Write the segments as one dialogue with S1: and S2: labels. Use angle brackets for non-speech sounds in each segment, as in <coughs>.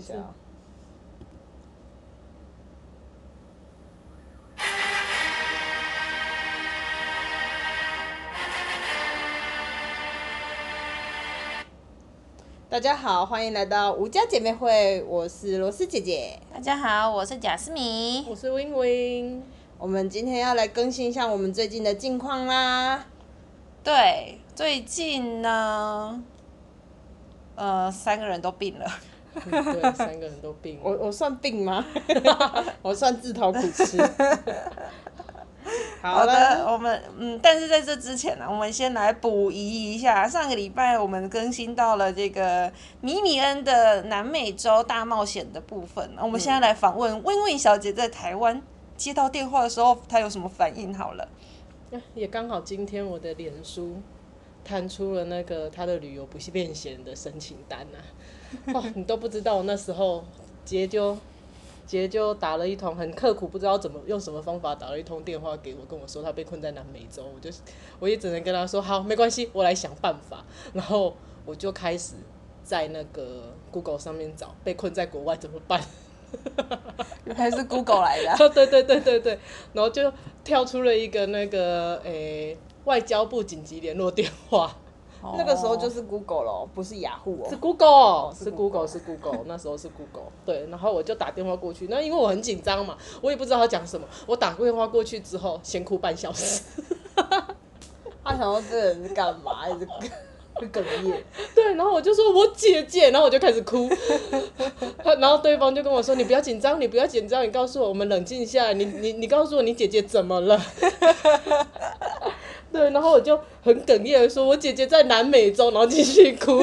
S1: 下啊。大家好，欢迎来到吴家姐妹会，我是罗斯姐姐。
S2: 大家好，我是贾思米。
S3: 我是 Win Win，
S1: 我们今天要来更新一下我们最近的近况啦。
S2: 对，最近呢，呃，三个人都病了。
S3: 对，三个人都病
S1: 我
S3: 了，
S1: 我算病吗？我算自讨苦吃。好
S2: 好的，
S1: 了，
S2: 我们嗯，但是在这之前呢，我们先来补遗一下。上个礼拜我们更新到了这个米米恩的南美洲大冒险的部分，我们现在来访问 Win Win 小姐在台湾接到电话的时候，她有什么反应？好了，
S3: 也刚好今天我的脸书弹出了那个他的旅游不便险的申请单啊，哇，你都不知道我那时候杰就杰就打了一通很刻苦，不知道怎么用什么方法打了一通电话给我，跟我说他被困在南美洲，我就我也只能跟他说好，没关系，我来想办法，然后我就开始在那个 Google 上面找被困在国外怎么办。
S2: 原来是 Google 来的啊、
S3: 啊， <laughs> 对对对对对，然后就跳出了一个那个诶、外交部紧急联络电话，
S1: 那个时候就
S2: 哦
S1: 是 Google 咯，不是雅虎
S3: 是
S1: 哦。
S3: Google，
S1: 是
S3: 是
S1: Google
S3: Google，是 Google，那时候是 Google，对，然后我就打电话过去，那因为我很紧张嘛，我也不知道他讲什么，我打电话过去之后，先哭半小时，
S1: 他想说这个人是干嘛？一直哽咽。
S3: <laughs> 对，然后我就说我姐姐，然后我就开始哭， <laughs> 他然后对方就跟我说你不要紧张，你不要紧张，你告诉我，我们冷静下来，你你你告诉我你姐姐怎么了？ <laughs> 对，然后我就很哽咽的说，我姐姐在南美洲，然后继续哭。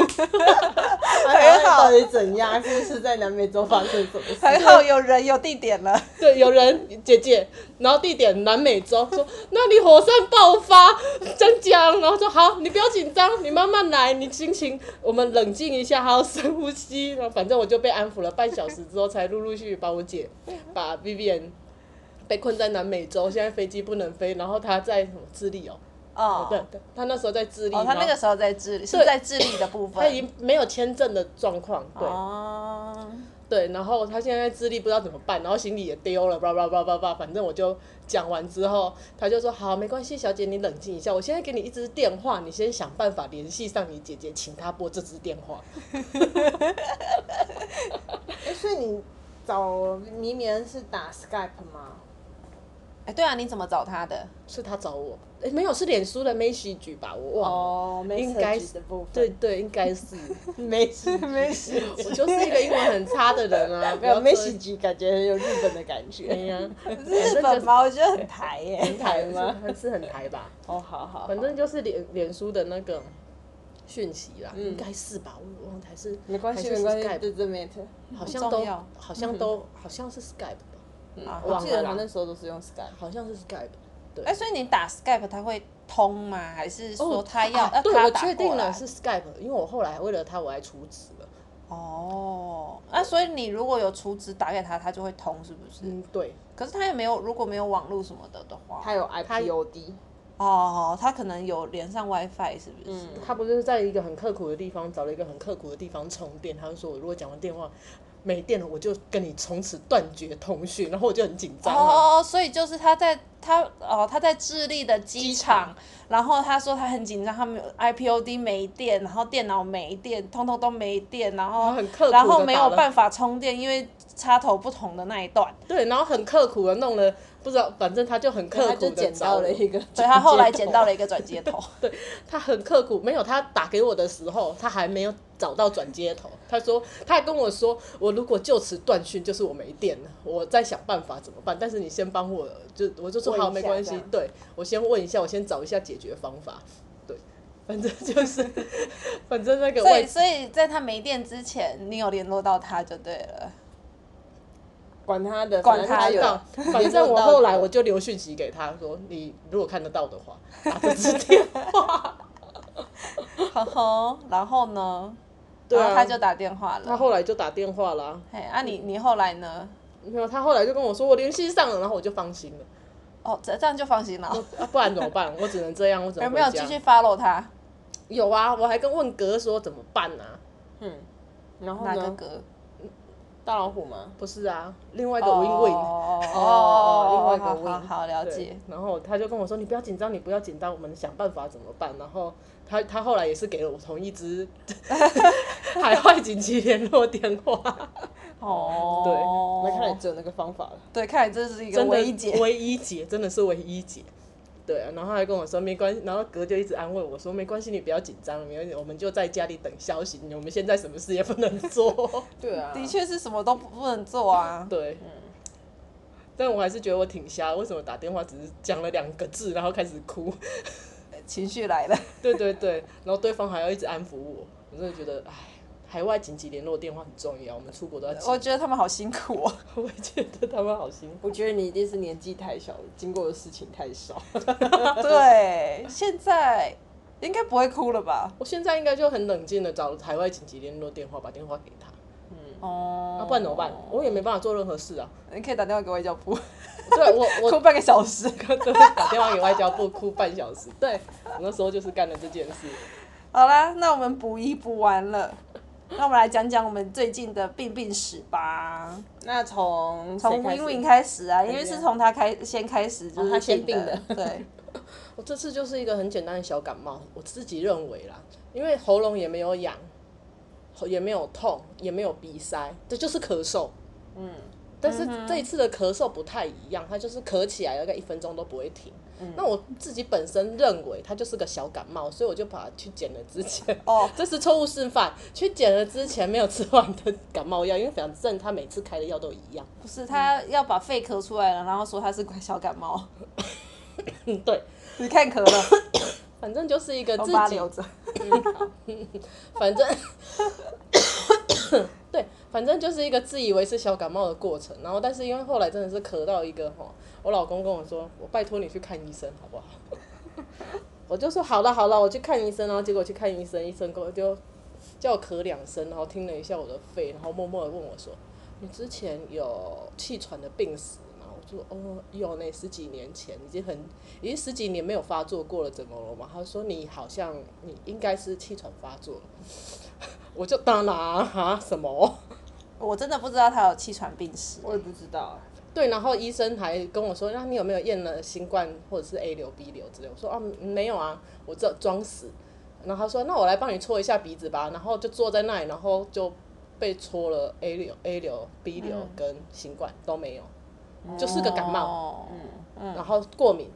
S1: 还好，到底怎样？是不是在南美洲发生什么事？
S2: 还好有人有地点了。
S3: 对，有人姐姐，然后地点南美洲，说那里火山爆发，江江，然后说好，你不要紧张，你慢慢来，你心情，我们冷静一下，好好深呼吸。然后反正我就被安抚了半小时之后，才陆陆续续把
S2: <laughs>
S3: 我姐，把 Vivian 被困在南美洲，现在飞机不能飞，然后她在什么智利哦，
S2: 哦，
S3: 对，对，她那时候在智利，
S2: 哦，他那个
S3: 然后
S2: 时候在智利，是
S3: 对
S2: 在智利的部分。
S3: 她已经没有签证的状况，对。
S2: 哦，
S3: 对，然后他现在智力不知道怎么办，然后行李也丢了，叭叭叭叭叭，反正我就讲完之后，他就说好，没关系，小姐你冷静一下，我现在给你一支电话，你先想办法联系上你姐姐，请她拨这支电话。
S1: <laughs> 哎，所以你找米米恩是打 Skype 吗？
S2: 哎，对啊，你怎么找他的？
S3: 是他找我，诶，没有，是脸书的 message 吧，我忘了。
S1: 哦，
S3: 应该
S1: message
S3: 是
S1: 的部分。
S3: 对，对，应该是，
S1: 没事 <laughs> 没事。
S3: 我就是一个英文很差的人 <laughs> 啊，不
S1: 没有
S3: 要
S1: message 感觉很有日本的感
S3: 哎
S1: 觉。
S3: 呀，
S2: 日本吗？我觉得很台耶。
S3: 很台吗？ <laughs> 是很台吧？
S1: 哦，好好。
S3: 反正就是脸脸书的那个讯息啦，应该是吧，我忘了还是
S1: 没关系
S3: 还是
S1: 没关系，
S3: Skype
S1: 就这 matter。
S3: 好
S2: 很
S3: 像
S2: 重
S3: 都
S2: 要嗯
S3: 好像都、好像是 Skype 吧，
S1: 嗯
S2: 啊，
S1: 我
S3: 忘
S1: 记
S3: 了
S1: 得
S3: 啦
S1: 我那时候都是用 Skype。
S3: 好像是 Skype。对，
S2: 哎，所以你打 Skype 他会通吗？还是说
S3: 哦
S2: 他要
S3: 啊
S2: 要
S3: 对
S2: 他
S3: 我
S2: 打
S3: 确定
S2: 过来
S3: 了是 Skype，因为我后来为了他我还出职了。
S2: 哦，那所以你如果有厨子打给他，他就会通，是不是？
S3: 嗯，对，
S2: 可是他也没有，如果没有网络什么的的话，
S1: 它有 IPOD，
S2: 哦，他可能有连上 WiFi，是不是？哦
S3: 他不是在一个很刻苦的地方找了一个很刻苦的地方充电，他就说我如果讲完电话没电了，我就跟你从此断绝通讯，然后我就很紧张了。
S2: 哦，所以就是他在他哦他在智利的机场，然后他说他很紧张，他没有 IPOD 没电，然后电脑没电，通通都没电，然后
S3: 然后很刻苦地
S2: 然后没
S3: 打
S2: 有
S3: 了
S2: 办法充电，因为插头不同的那一段，
S3: 对，然后很刻苦的弄了，不知道，反正他就很刻
S1: 它
S3: 苦
S1: 就
S3: 的
S1: 捡到了一 <laughs> 个。
S2: 所以他后
S1: <laughs>
S2: 来捡到了一个转接
S3: <laughs>
S2: 头。
S3: 他很刻苦，没有他打给我的时候，他还没有找到转接头。他说，他还跟我说，我如果就此断讯，就是我没电了，我在想办法怎么办。但是你先帮我，呃就我就说
S1: 问一
S3: 好，
S1: 下
S3: 没关
S1: 这
S3: 系
S1: 样，
S3: 对我先问一下，我先找一下解决方法。对，反正就是， <laughs> 反正那个
S2: 所以
S3: 外
S2: 所以在他没电之前，你有联络到他就对
S3: <laughs>
S2: 了。
S1: 管他的，
S2: 管
S1: 他
S2: 他
S1: 有
S2: 的
S3: 到，反正我后来我就留讯息给他说，你如果看得到的话，打这支电话。
S2: 呵呵，然后呢？
S3: 对啊
S2: 然后他就打电话了。
S3: 他后来就打电话啦，
S2: 嘿，啊你你后来呢？
S3: 没有，他后来就跟我说我联系上了，然后我就放心了。
S2: 哦，这这样就放心了。
S3: 啊，不然怎么办？我只能这样，我只能
S2: 有哎
S3: 回
S2: 没有
S3: 家
S2: 继续 follow 他？
S3: 有啊，我还跟问格说怎么办啊？
S1: 嗯，然后
S2: 哪个
S1: 呢？
S2: 哥？
S1: 大老虎吗？
S3: 不是啊，另外一个 Win Win，、
S2: 哦哦
S3: 哦
S2: 哦，
S3: 另外一个 win，
S2: 好好好了
S3: 对
S2: 解。
S3: 然后他就跟我说：“你不要紧张，你不要紧张，我们想办法怎么办。”然后他他后来也是给了我同一支 <laughs> 海外紧急联络电话，
S2: 哦，
S1: 那看来只有那个方法了。
S2: 对，看来这是一个
S3: <laughs> 真的
S2: 唯一解。
S3: 唯一姐真的是唯一姐。对啊，然后还跟我说没关系，然后格就一直安慰我说没关系，你不要紧张，没关系，我们就在家里等消息，我们现在什么事也不能做。
S1: 对啊
S2: 的确是什么都不不能做啊。
S3: 对，但我还是觉得我挺瞎，为什么打电话只是讲了两个字，然后开始哭？
S2: 情绪来了，
S3: 对对对，然后对方还要一直安抚我，我真的觉得，哎，海外紧急联络电话很重要，我们出国都要记。
S2: 我觉得他们好辛苦哦。
S3: <laughs> 我也觉得他们好辛苦。
S1: 我觉得你一定是年纪太小，经过的事情太少。
S2: 对，现在应该不会哭了吧？
S3: 我现在应该就很冷静的找海外紧急联络电话，把电话给他，
S2: 哦，
S3: 啊，不然怎么办？我也没办法做任何事啊。
S2: 你可以打电话给外交部，
S3: 对，我
S2: <laughs>
S3: 我
S2: 哭半个小时。
S3: 刚 <laughs> 刚打电话给外交部哭半小时，对我那时候就是干了这件事。
S2: 好啦，那我们补一补完了，那我们来讲讲我们最近的病病史吧。
S1: 那从
S2: 从 Win Win 开始
S3: 哎
S2: 啊，因为是从他开先开始，就
S1: 哦
S2: 是
S1: 他先
S2: 病
S1: 病的
S3: <laughs>
S2: 对，
S3: 我这次就是一个很简单的小感冒，我自己认为啦，因为喉咙也没有痒，喉也没有痛，也没有鼻塞，这就是咳嗽。
S1: 嗯，
S3: 但是这一次的咳嗽不太一样，它就是咳起来大概一分钟都不会停。
S1: 嗯
S3: 那我自己本身认为它就是个小感冒，所以我就把它去剪了之前，
S2: 哦，
S3: <laughs> 这是错误示范，去剪了之前没有吃完的感冒药，因为反正他每次开的药都一样。
S2: 不是他要把肺咳出来了，然后说他是小感
S3: <laughs>
S2: 冒，
S3: 嗯，对，
S2: 你看咳了，
S3: 反正就是一个
S2: 都
S3: 自
S2: 把它
S3: 己
S2: 留着。
S3: 反正 <coughs> 对，反正就是一个自以为是小感冒的过程。然后，但是因为后来真的是咳到一个吼，我老公跟我说：“我拜托你去看医生好不好？” <laughs> 我就说：“好了好了，我去看医生。”然后结果去看医生，医生跟我就叫我咳两声，然后听了一下我的肺，然后默默的问我说：“你之前有气喘的病史吗？”我就说：“哦，有呢，十几年前已经很已经十几年没有发作过了，怎么了嘛？”他说：“你好像你应该是气喘发作了。”我就当然啊什么？
S2: 我真的不知道他有气喘病史，
S1: 我也不知道啊。
S3: 对，然后医生还跟我说，那你有没有验了新冠或者是 A 流、B 流之类？我说啊没有啊，我这装死。然后他说，那我来帮你搓一下鼻子吧。然后就坐在那里，然后就被搓了 A 流、A 流、B 流跟新冠都没有，
S2: 哦
S3: 就是个感冒，
S2: 冒嗯
S3: 然后过敏，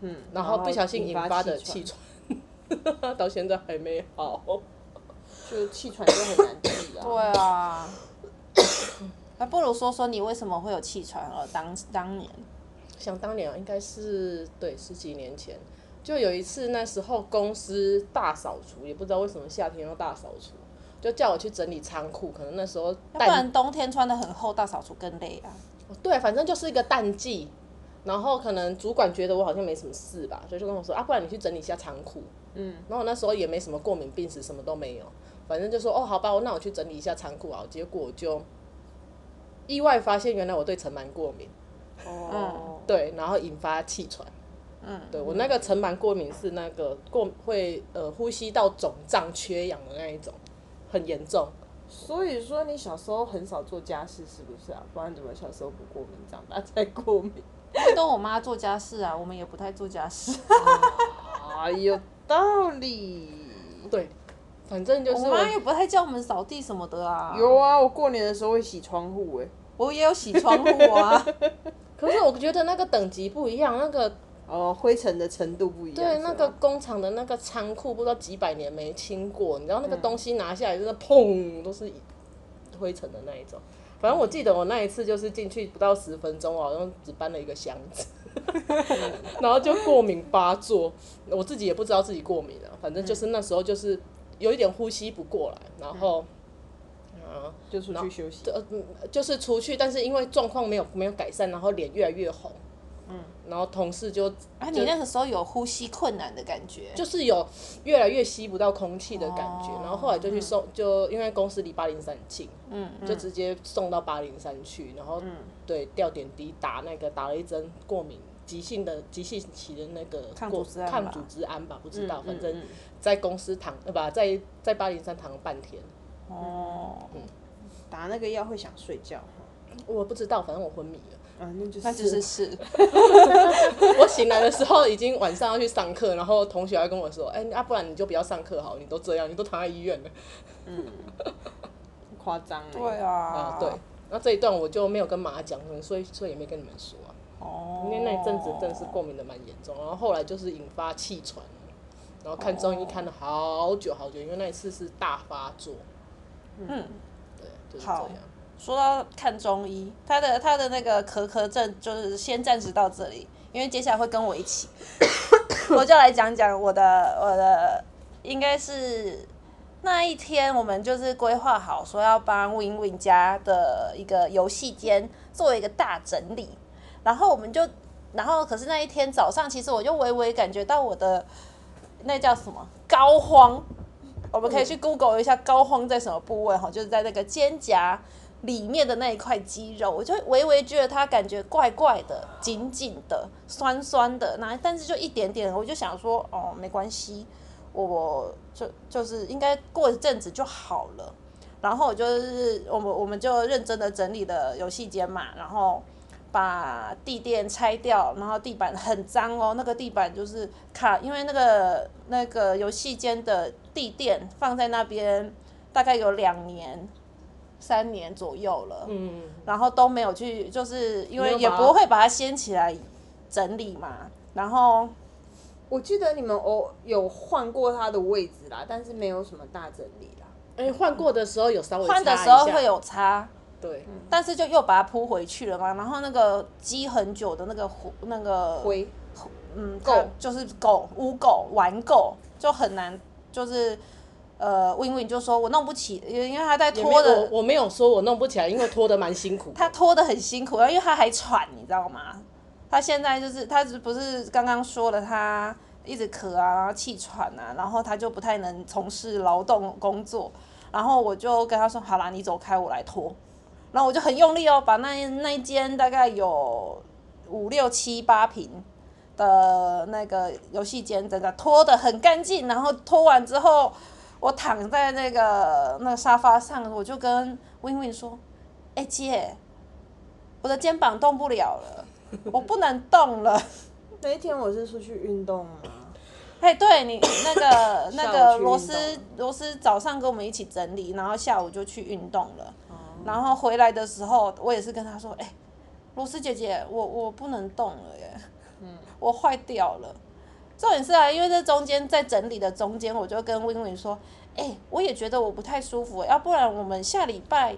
S1: 嗯，
S3: 然后不小心引发的
S1: 气哦
S3: 气喘， <laughs> 到现在还没好。
S1: 喘， <laughs> 就气喘就很难治 <laughs> 啊。
S2: 对啊， <coughs> 还不如说说你为什么会有气喘了？当当年，
S3: 想当年啊，应该是对十几年前，就有一次那时候公司大扫除，也不知道为什么夏天要大扫除，就叫我去整理仓库，可能那时候
S2: 要不
S3: 淡
S2: 然冬天穿的很厚，大扫除更累啊。
S3: 对，反正就是一个淡季，然后可能主管觉得我好像没什么事吧，所以就跟我说啊，不然你去整理一下仓库，
S1: 嗯，
S3: 然后我那时候也没什么过敏病史，什么都没有，反正就说哦，好吧，那我去整理一下仓库啊，结果我就意外发现原来我对尘螨过敏。
S1: 哦，
S3: 对，然后引发气喘。
S2: 嗯，
S3: 对我那个尘螨过敏是那个过会呃呼吸道肿胀、缺氧的那一种，很严重。
S1: 所以说你小时候很少做家事是不是啊？不然怎么小时候不过敏，长大才过 <laughs> 敏？
S2: 那都我妈做家事啊，我们也不太做家事。
S1: 啊，有道理。
S3: 对，反正 <laughs> 就是
S2: 我妈也不太叫我们扫地什么的啊。
S1: 有啊，我过年的时候会洗窗户哎、
S2: 我也有洗窗户
S3: <laughs>
S2: 啊。
S3: 可是我觉得那个等级不一样，那个
S1: 哦，灰尘的程度不一样。
S3: 对
S1: 是
S3: 那
S1: 吗
S3: 个工厂的那个仓库，不知道几百年没清过，你知道那个东西拿下来就是砰，都是灰尘的那一种。反正我记得我那一次就是进去不到十分钟，我好像只搬了一个箱
S1: <laughs>
S3: 子，然后就过敏发作，我自己也不知道自己过敏了、啊反正就是那时候就是有一点呼吸不过来，然后，啊，
S1: 就出
S3: 然
S1: 去
S3: 后
S1: 休息。
S3: 呃，嗯就是出去，但是因为状况没有没有改善，然后脸越来越红，嗯，然后同事就
S2: 啊，你那个时候有呼吸困难的感觉，
S3: 就是有越来越吸不到空气的感觉，
S2: 哦
S3: 然后后来就去送，就因为公司离八零三近，
S2: 嗯，
S3: 就直接送到八零三去，然后、对吊点滴打那个打了一针过敏急性的急性期的那个
S2: 抗
S3: 过
S2: 组织胺
S3: 抗
S2: 吧
S3: 组织胺吧，不知道，
S1: 嗯
S3: 反
S1: 嗯
S3: 正
S1: 嗯
S3: 在公司躺呃不在在八零三躺了半天，
S2: 哦，
S1: 打那个药会想睡觉
S2: 嗯
S3: 我不知道，反正我昏迷了。 <laughs>
S1: 啊，那就是
S2: 那就是是，
S3: 我醒来的时候已经晚上要去上课，然后同学还跟我说：“哎、啊，不然你就不要上课好，你都这样，你都躺在医院了。
S1: 夸张欸
S2: 对
S3: 啊
S2: 啊，，
S3: 对。那这一段我就没有跟妈讲，所以所以也没跟你们说啊，
S2: 哦，
S3: 因为那一阵子真的是过敏的蛮严重，然后后来就是引发气喘，然后看中
S2: 哦
S3: 医看了好久好久，因为那一次是大发作，
S2: 嗯，
S3: 对，就是这
S2: 好
S3: 样。
S2: 说到看中医，他的他的那个咳咳症就是先暂时到这里，因为接下来会跟我一起， <coughs> 我就来讲讲我的我的应该是那一天我们就是规划好说要帮 Win Win 家的一个游戏间做一个大整理，然后我们就然后可是那一天早上，其实我就微微感觉到我的那叫什么膏肓。我们可以去 Google 一下膏肓在什么部位哈，就是在那个肩胛里面的那一块肌肉，我就微微觉得它感觉怪怪的、紧紧的、酸酸的，那但是就一点点，我就想说，哦，没关系，我就就是应该过一阵子就好了。然后我就是我们我们就认真的整理了游戏间嘛，然后把地垫拆掉，然后地板很脏哦，那个地板就是卡，因为那个那个游戏间的地垫放在那边大概有两年、三年左右了，
S3: 嗯，
S2: 然后都没有去，就是因
S3: 没
S2: 为
S3: 有
S2: 也
S3: 把它
S2: 不会把它掀起来整理嘛，然后
S1: 我记得你们偶有换过它的位置啦，但是没有什么大整理啦。
S3: 哎、换过的时候有稍微
S2: 换的
S3: 擦一
S2: 时候
S3: 下
S2: 会有嗯擦，
S3: 对，
S2: 但是就又把它铺回去了嘛，然后那个积很久的那个灰那个
S1: 灰，
S2: 嗯，
S1: 垢
S2: 它就是狗污垢顽垢就很难，就是呃，Win Win 就说我弄不起，因为因为他在
S3: 也没
S2: 拖
S3: 有
S2: 的
S3: 我我没有说我弄不起来，因为拖的蛮辛苦的。
S2: 他拖得很辛苦，然后因为他还喘，你知道吗？他现在就是他是不是刚刚说了他一直咳啊，然后气喘啊，然后他就不太能从事劳动工作。然后我就跟他说：“好啦，你走开，我来拖。”然后我就很用力哦，把那那一间大概有五六七八平的那个游戏间，整个拖得很干净。然后拖完之后，我躺在那个那个沙发上，我就跟 Win Win 说：“哎、姐，我的肩膀动不了了，我不能动了。 <laughs>
S1: 那一天我是出去运动嘛，
S2: 哎，对你那
S1: <coughs>
S2: 个那
S1: 下午
S2: 个
S1: 去运
S2: 罗斯
S1: 动
S2: 罗斯早上跟我们一起整理，然后下午就去运动了。
S1: 哦
S2: 然后回来的时候，我也是跟他说，哎、罗斯姐姐，我我不能动了耶，
S1: 嗯
S2: 我坏掉了。重点是啊，因为这中间在整理的中间，我就跟 Win Win 说，哎、我也觉得我不太舒服，要不然我们下礼拜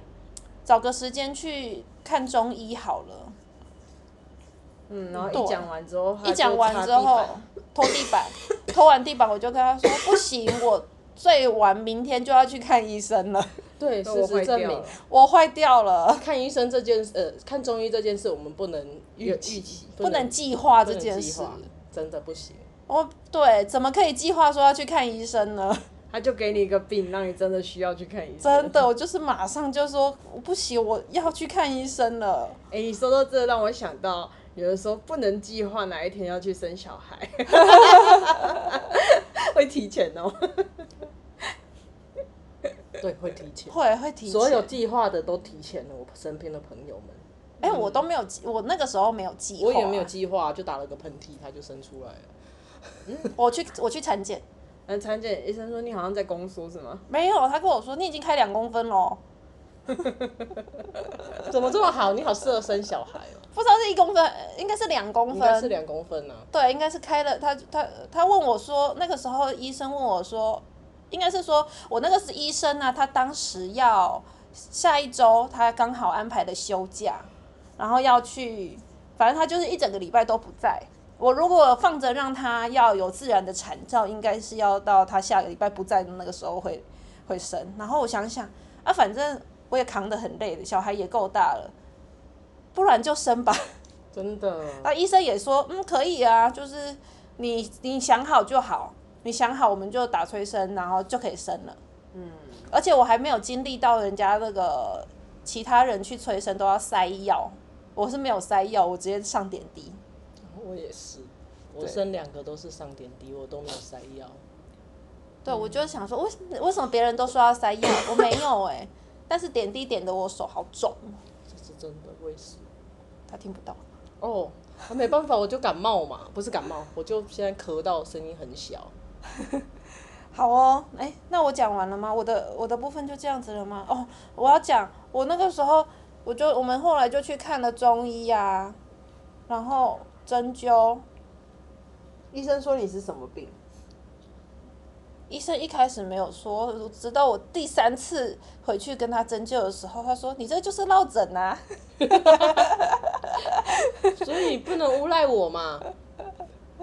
S2: 找个时间去看中医好了。
S1: 嗯，然后
S2: 对
S1: 一讲完之后，他
S2: 一讲
S1: 就
S2: 完
S1: 擦
S2: 之
S1: 地
S2: 后
S1: 板，
S2: 拖地
S3: <laughs>
S2: 板，拖完地板我就跟他说不行，我最晚明天就要去看医生了， <laughs>
S3: 对，
S1: 那
S3: 事
S1: 我
S3: 实
S1: 坏
S3: 证
S1: 掉
S3: 明
S1: 了，
S2: 我坏掉了，
S3: 看医生这件事，呃，看中医这件事，我们不能预
S1: 预
S3: 期
S1: 期，
S2: 不能
S3: 计
S2: 计划
S3: 划
S2: 这件事。
S3: 真的不行。
S2: 我对，怎么可以计划说要去看医生呢？ <laughs>
S1: 他就给你一个病，让你真的需要去看医生。
S2: 真的，我就是马上就说我不行，我要去看医生了。
S1: 哎、你说到这，让我想到有人说不能计划哪一天要去生小 <laughs> 孩，会提前哦。
S3: 对，会提前。
S2: 会会提前
S3: 所有计划的都提前了，我身边的朋友们，
S2: 哎、我都没有计，我那个时候没有计划，
S3: 我也没有，计划，就打了个喷嚏，它就生出来了。
S2: 我去我去产检，
S1: 嗯，产检医生说你好像在宫缩是吗？
S2: 没有，他跟我说你已经开两公分了，
S3: 怎么这么好？你好适合生小孩哦，
S2: 不知道是一公分，呃应该是两公
S3: 应
S2: 分
S3: 该，是两公分啊。
S2: 对，应该是开了他他他问我说，那个时候医生问我说，应该是说我那个是医生啊，他当时要下一周他刚好安排了休假，然后要去，反正他就是一整个礼拜都不在。我如果放着让他要有自然的产兆，应该是要到他下个礼拜不在的那个时候会会生。然后我想想啊，反正我也扛得很累了，小孩也够大了，不然就生吧。
S3: 真的，
S2: 那医生也说，嗯，可以啊，就是你你想好就好，你想好我们就打催生，然后就可以生了。嗯，而且我还没有经历到人家那个其他人去催生都要塞药，我是没有塞药，我直接上点滴。
S3: 我也是，我生两个都是上点滴，我都没有塞药。
S2: 对，我就想说，为什为什么别人都说要塞药，我没有哎、 <coughs> 但是点滴点的我手好肿，
S3: 这是真的，我也是。
S2: 他听不到。
S3: 哦，啊没办法，我就感冒嘛，不是感冒，我就现在咳到声音很小。
S2: 好哦，哎、那我讲完了吗？我的我的部分就这样子了吗？哦，我要讲，我那个时候我就我们后来就去看了中医啊，然后针灸，
S1: 医生说你是什么病？
S2: 医生一开始没有说，直到我第三次回去跟他针灸的时候，他说你这就是落枕啊。 <laughs>
S3: 所以你不能诬赖我嘛。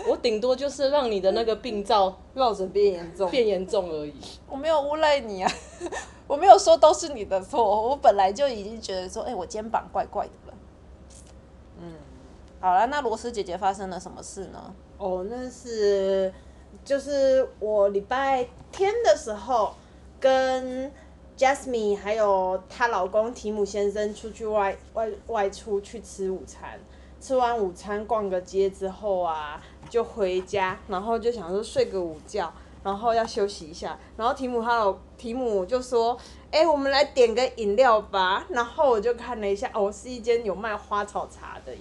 S3: 我顶多就是让你的那个病灶
S1: 落枕变严重，
S3: 变严重而已。
S2: 我没有诬赖你啊， <laughs> 我没有说都是你的错，我本来就已经觉得说，哎、我肩膀怪怪的了。
S1: 嗯，
S2: 好了，那罗斯姐姐发生了什么事呢？
S1: 哦，那是就是我礼拜天的时候跟 Jasmine 还有她老公提姆先生出去外外外出去吃午餐，吃完午餐逛个街之后啊，就回家，然后就想说睡个午觉，然后要休息一下，然后提姆他老提姆就说。哎、我们来点个饮料吧。然后我就看了一下，哦，是一间有卖花草茶的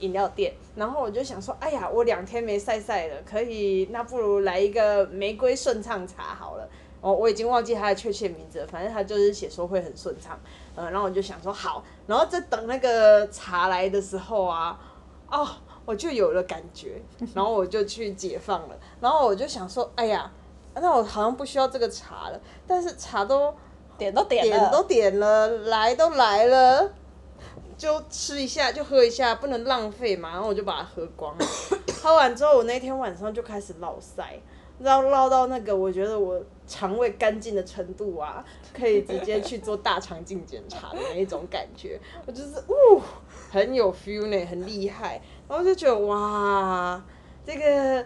S1: 饮料店。然后我就想说，哎呀，我两天没晒晒了，可以，那不如来一个玫瑰顺畅茶好了。哦，我已经忘记它的确切名字了，反正它就是写说会很顺畅。嗯，然后我就想说好，然后在等那个茶来的时候啊，哦，我就有了感觉，然后我就去解放了。然后我就想说，哎呀，那我好像不需要这个茶了，但是茶都。
S2: 点都点了，
S1: 点都点了，来都来了，就吃一下，就喝一下，不能浪费嘛。然后我就把它喝光
S2: <coughs>
S1: 了。喝完之后，我那天晚上就开始落塞，然后落到那个我觉得我肠胃干净的程度啊，可以直接去做大肠镜检查的那一种感觉。我就是呜，很有 feel 呢，很厉害。然后就觉得哇，这个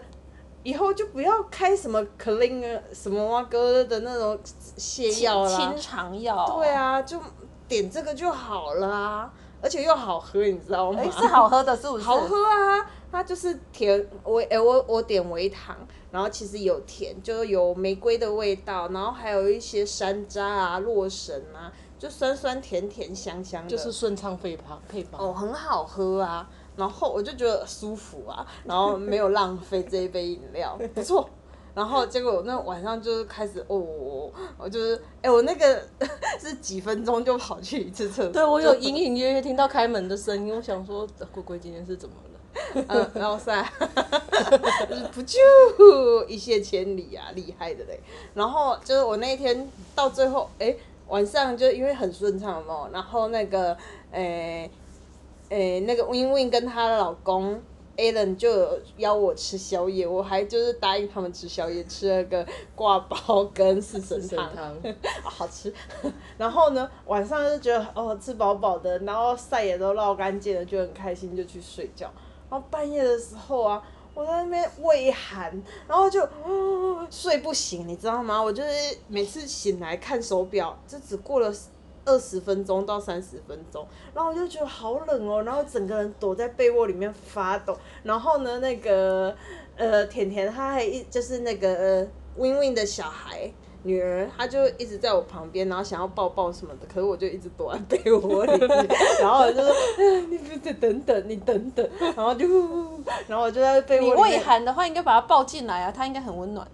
S1: 以后就不要开什么 clean 啊什么哇哥的那种泻
S2: 清
S1: 药啦，
S2: 清肠药。
S1: 对，啊，就点这个就好了啊，而且又好喝，你知道吗？
S2: 哎、是好喝的，是不是？
S1: 好喝啊！它就是甜，我哎、我我点微糖，然后其实有甜，就有玫瑰的味道，然后还有一些山楂啊、洛神啊，就酸酸甜甜香香的，
S3: 就是顺畅配方配方。
S1: 哦，很好喝啊。然后我就觉得舒服啊，然后没有浪费这一杯饮料，不错。然后结果那晚上就是开始哦，我就是哎，我那个 <laughs> 是几分钟就跑去一次厕所，
S3: <laughs> 对我有隐隐约约听到开门的声音，我想说呃龟龟今天是怎么了？
S1: <laughs> 嗯，然后噻，就是不就一泻千里啊，厉害的嘞。然后就是我那一天到最后，哎、晚上就因为很顺畅嘛，然后那个，哎、哎、那个 Win Win 跟她老公 Alan 就有邀我吃宵夜，我还就是答应他们吃宵夜，吃了个挂包跟四神
S3: 神
S1: 汤。
S3: 汤， <laughs>
S1: 啊好吃。 <laughs> 然后呢，晚上就觉得哦，吃饱饱的，然后晒也都捞干净了，就很开心，就去睡觉。然后半夜的时候啊，我在那边胃寒，然后就、嗯睡不醒，你知道吗？我就是每次醒来看手表，这只过了。二十分钟到三十分钟，然后我就觉得好冷哦，然后整个人躲在被窝里面发抖。然后呢，那个呃，甜甜她还一就是那个呃 Win Win 的小孩女儿，她就一直在我旁边，然后想要抱抱什么的，可是我就一直躲在被窝里面， <laughs> 然后我就说哎你等等等你等等，然后就然后我就在被
S2: 你
S1: 窝里
S2: 胃
S1: 面，
S2: 寒的话，应该把它抱进来啊，它应该很温暖。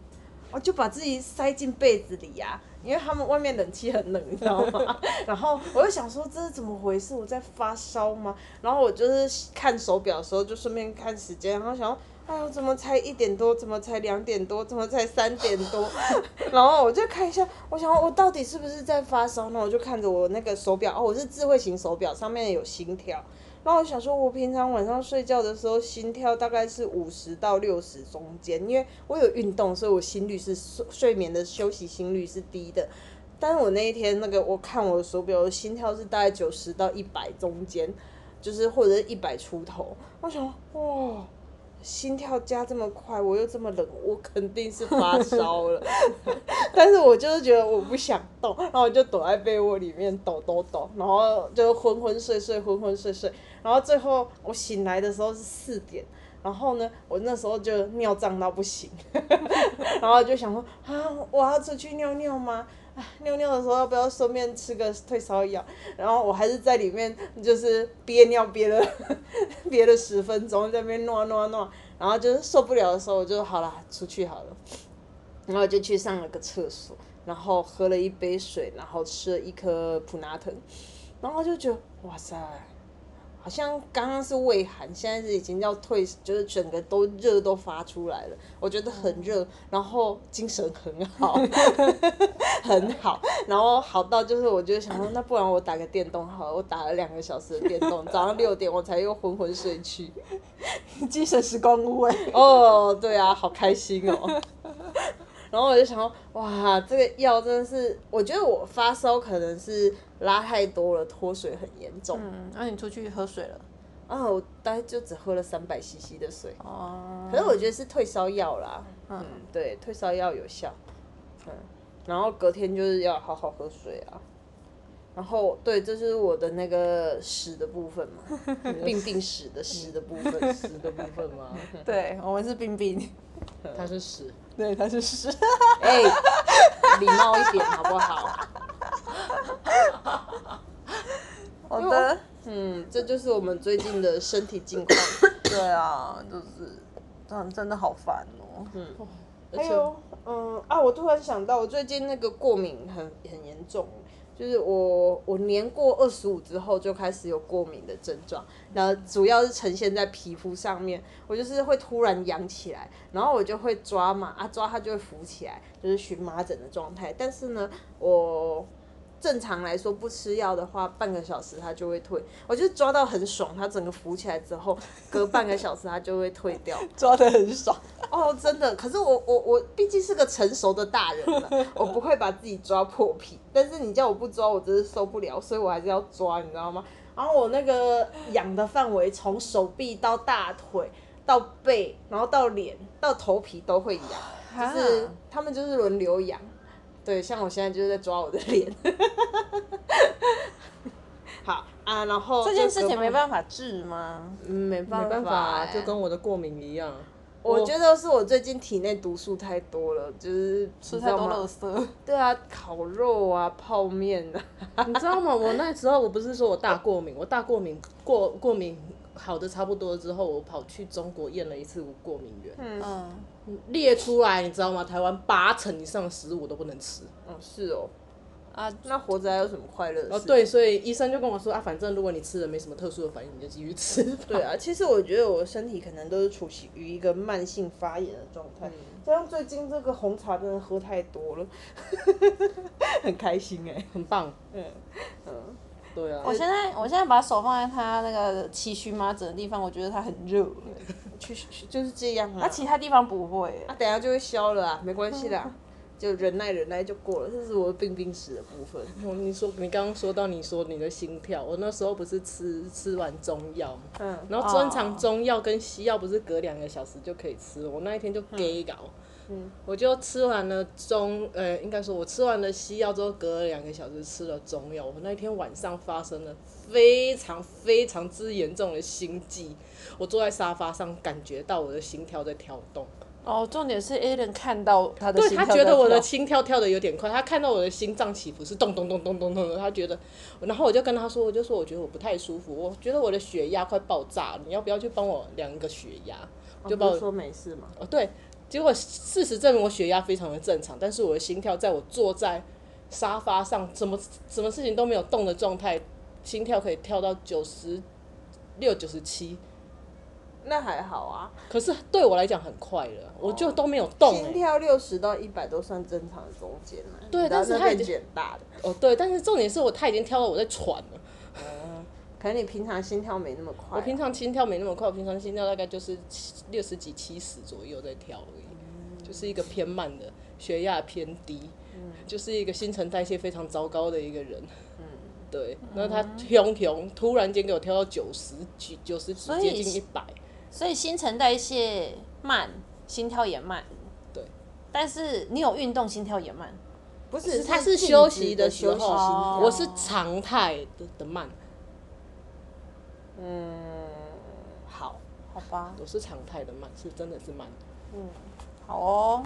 S1: 我哦就把自己塞进被子里呀、因为他们外面冷气很冷，你知道吗？ <laughs> 然后我就想说这是怎么回事？我在发烧吗？然后我就是看手表的时候就顺便看时间，然后想说。哎呦，怎么才一点多？怎么才两点多？怎么才三点多？ <laughs> 然后我就看一下，我想我到底是不是在发烧？呢？我就看着我那个手表，哦，我是智慧型手表，上面有心跳。然后我想说，我平常晚上睡觉的时候心跳大概是五十到六十中间，因为我有运动，所以我心率是睡睡眠的休息心率是低的。但是我那一天那个，我看我的手表，我心跳是大概九十到一百中间，就是或者是一百出头。我想，哇，心跳加这么快，我又这么冷，我肯定是发烧了。但是我就是觉得我不想动，然后我就躲在被窝里面抖抖抖，然后就昏昏睡睡，昏昏睡睡。然后最后我醒来的时候是四点，然后呢，我那时候就 <laughs> 尿胀到不行，然后就想说啊，我要出去尿尿吗？啊，尿尿的时候要不要顺便吃个退烧药？然后我还是在里面就是憋尿憋了 <laughs> 憋了十分钟，在那边弄啊弄啊弄啊，然后就是受不了的时候，我就好啦，出去好了。然后我就去上了个厕所，然后喝了一杯水，然后吃了一颗普拿疼，然后就觉得哇塞，好像刚刚是胃寒，现在是已经要退，就是整个都热都发出来了，我觉得很热，然后精神很好，很好，然后好到就是我就想说，那不然我打个电动好了，我打了两个小时的电动，早上六点我才又昏昏睡去，
S2: <laughs> 精神时光屋哎、
S1: <laughs> 哦，对啊，好开心哦。 <laughs> 然后我就想说，哇，这个药真的是，我觉得我发烧可能是拉太多了，脱水很严重。
S2: 嗯，那、你出去喝水了？
S1: 啊，我大概就只喝了三百 CC 的水，
S2: 哦
S1: 可是我觉得是退烧药啦。
S2: 嗯
S1: 嗯，对，退烧药有效。嗯，然后隔天就是要好好喝水啊。然后对，这就是我的那个屎的部分
S2: <laughs>
S1: 嘛，病病屎的屎的部分。
S3: 屎的部分 <laughs> 吗？
S2: 对，我们是冰冰，
S3: 它是 <laughs> 屎，
S2: <laughs> 对，他是 <laughs> 屎。
S1: 哎、礼貌一点好不好？
S2: 好的，
S1: 嗯，这就是我们最近的身体近况。
S2: 对啊，就是，嗯，真的好烦哦。
S1: 还有，嗯啊，我突然想到，我最近那个过敏很很严重，就是我我年过二十五之后就开始有过敏的症状，然后主要是呈现在皮肤上面，我就是会突然痒起来，然后我就会抓嘛，啊抓它就会浮起来，就是荨麻疹的状态。但是呢，我正常来说不吃药的话，半个小时它就会退。我就抓到很爽，它整个浮起来之后，隔半个小时它就会退掉。
S2: 抓的很爽，
S1: 哦，真的，可是我我我毕竟是个成熟的大人
S2: <laughs>
S1: 了，我不会把自己抓破皮。但是你叫我不抓，我真是受不了，所以我还是要抓，你知道吗？然后我那个痒的范围从手臂到大腿到背，然后到脸到头皮都会痒，就是
S2: 哈
S1: 他们就是轮流痒。对，像我现在就是在抓我的脸。 <laughs> 好啊，然后
S2: 这件事情没
S1: 法，
S2: 办法治吗？
S1: 嗯没
S3: 没办
S1: 办
S3: 法、
S1: 法
S2: 哎
S1: 欸，
S3: 就跟我的过敏一样。
S1: 我觉得是我最近体内毒素太多了，就是
S2: 吃太多
S1: 了
S2: 垃。圾，
S1: 对啊，烤肉啊，泡面啊， <laughs>
S3: 你知道吗？我那时候我不是说我大过敏，我大过敏过过敏好的差不多之后，我跑去中国验了一次我过敏源，
S2: 嗯，
S3: 列出来你知道吗？台湾八成以上的食物我都不能吃。
S1: 嗯，是哦。
S2: 啊，
S1: 那活着还有什么快乐的事？
S3: 哦，对，所以医生就跟我说啊，反正如果你吃了没什么特殊的反应，你就继续吃 <laughs> 吧。
S1: 对啊，其实我觉得我身体可能都是处于一个慢性发炎的状态，加上最近这个红茶真的喝太多了， <laughs> 很开心哎、
S3: 很棒，
S1: 嗯嗯，
S3: 对啊
S2: 我。现在我现在把手放在他那个起荨麻疹的地方，我觉得他很热，
S1: 去去就是这样啊。
S2: 那其他地方不会
S1: 啊，。等一下就会消了啊，没关系啦，就忍耐忍耐就过了。这是我病病史的部分。
S3: 我你说你刚刚说到你说你的心跳，我那时候不是吃吃完中药吗，
S1: 嗯，
S3: 然后正常中药跟西药不是隔两个小时就可以吃，我那一天就 gay 搞，
S1: 嗯
S3: 我就吃完了中，呃，应该说我吃完了西药之后，隔了两个小时吃了中药，我那一天晚上发生了非常非常之严重的心悸，我坐在沙发上感觉到我的心跳在跳动，
S2: 哦，重点是 Alan 看到他的
S3: 对
S2: 心
S3: 他
S2: 跳
S3: 觉
S2: 在
S3: 得我的
S2: 跳
S3: 心跳跳的有点快，他看到我的心脏起伏是咚咚咚咚咚咚的，他觉得，然后我就跟他说，我就说我觉得我不太舒服，我觉得我的血压快爆炸了，你要不要去帮我量一个血压？就把
S1: 哦不
S3: 我
S1: 是说没事嘛。
S3: 哦，对，结果事实证明我血压非常的正常，但是我的心跳在我坐在沙发上，怎么什么事情都没有动的状态，心跳可以跳到九十六、九十七，
S1: 那还好啊，
S3: 可是对我来讲很快了，我就都没有动、
S1: 心
S3: 欸。
S1: 跳六十到一百都算正常的中间了。
S3: 对
S1: 你知道
S3: 但是
S1: 那
S3: 它已
S1: 被
S3: 经
S1: 减大的，
S3: 哦，对，但是重点是我他已经跳到我在喘了。
S1: 可能你平常心跳没那么快啊、
S3: 我平常心跳没那么快，我平常心跳大概就是七六十几、七十左右在跳而
S1: 嗯
S3: 已，就是一个偏慢的，血压偏低，就是一个新陈代谢非常糟糕的一个人。
S1: 嗯
S3: 对，那他熊熊突然间给我跳到九十几、九十几
S2: 所，以
S3: 接近一百，
S2: 所以新陈代谢慢，心跳也慢。
S3: 对。
S2: 但是你有运动，心跳也慢。
S1: 不
S3: 是
S1: 是，
S3: 它
S1: 是静
S3: 是
S1: 止
S3: 休
S1: 的
S3: 息的时
S1: 休息心
S3: 候
S1: 跳
S2: 哦
S3: 我是常态的的慢，
S1: 嗯好，
S2: 好吧，
S3: 我是常态的慢，是真的是慢。
S2: 好哦。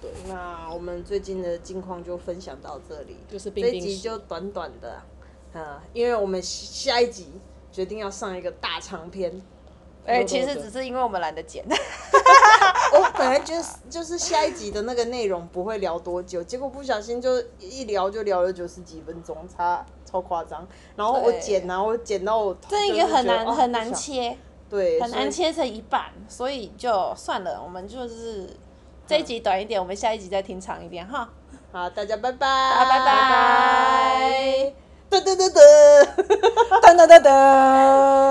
S1: 对，那我们最近的近况就分享到这里，
S3: 就是
S1: 这
S3: 冰
S1: 一
S3: 冰
S1: 集
S3: 室
S1: 就短短的，呃，因为我们下一集决定要上一个大长篇。
S2: 哎、其实只是因为我们懒得剪， <laughs>
S1: 我本来就是就是下一集的那个内容不会聊多久，结果不小心就一聊就聊了九十几分钟，差超夸张。然后我
S2: 对
S1: 剪啊，我剪到我
S2: 这一个
S1: 就是觉
S2: 很
S1: 得
S2: 难、
S1: 哦
S2: 很
S1: 不
S2: 难
S1: 想
S2: 切，
S1: 对，
S2: 很难
S1: 所以
S2: 切成一半，所以就算了，我们就是这一集短一点，我们下一集再听长一点哈。
S1: 好，大家拜拜，
S2: 拜拜拜
S1: 拜拜，噔噔噔噔。
S2: 噔噔噔噔。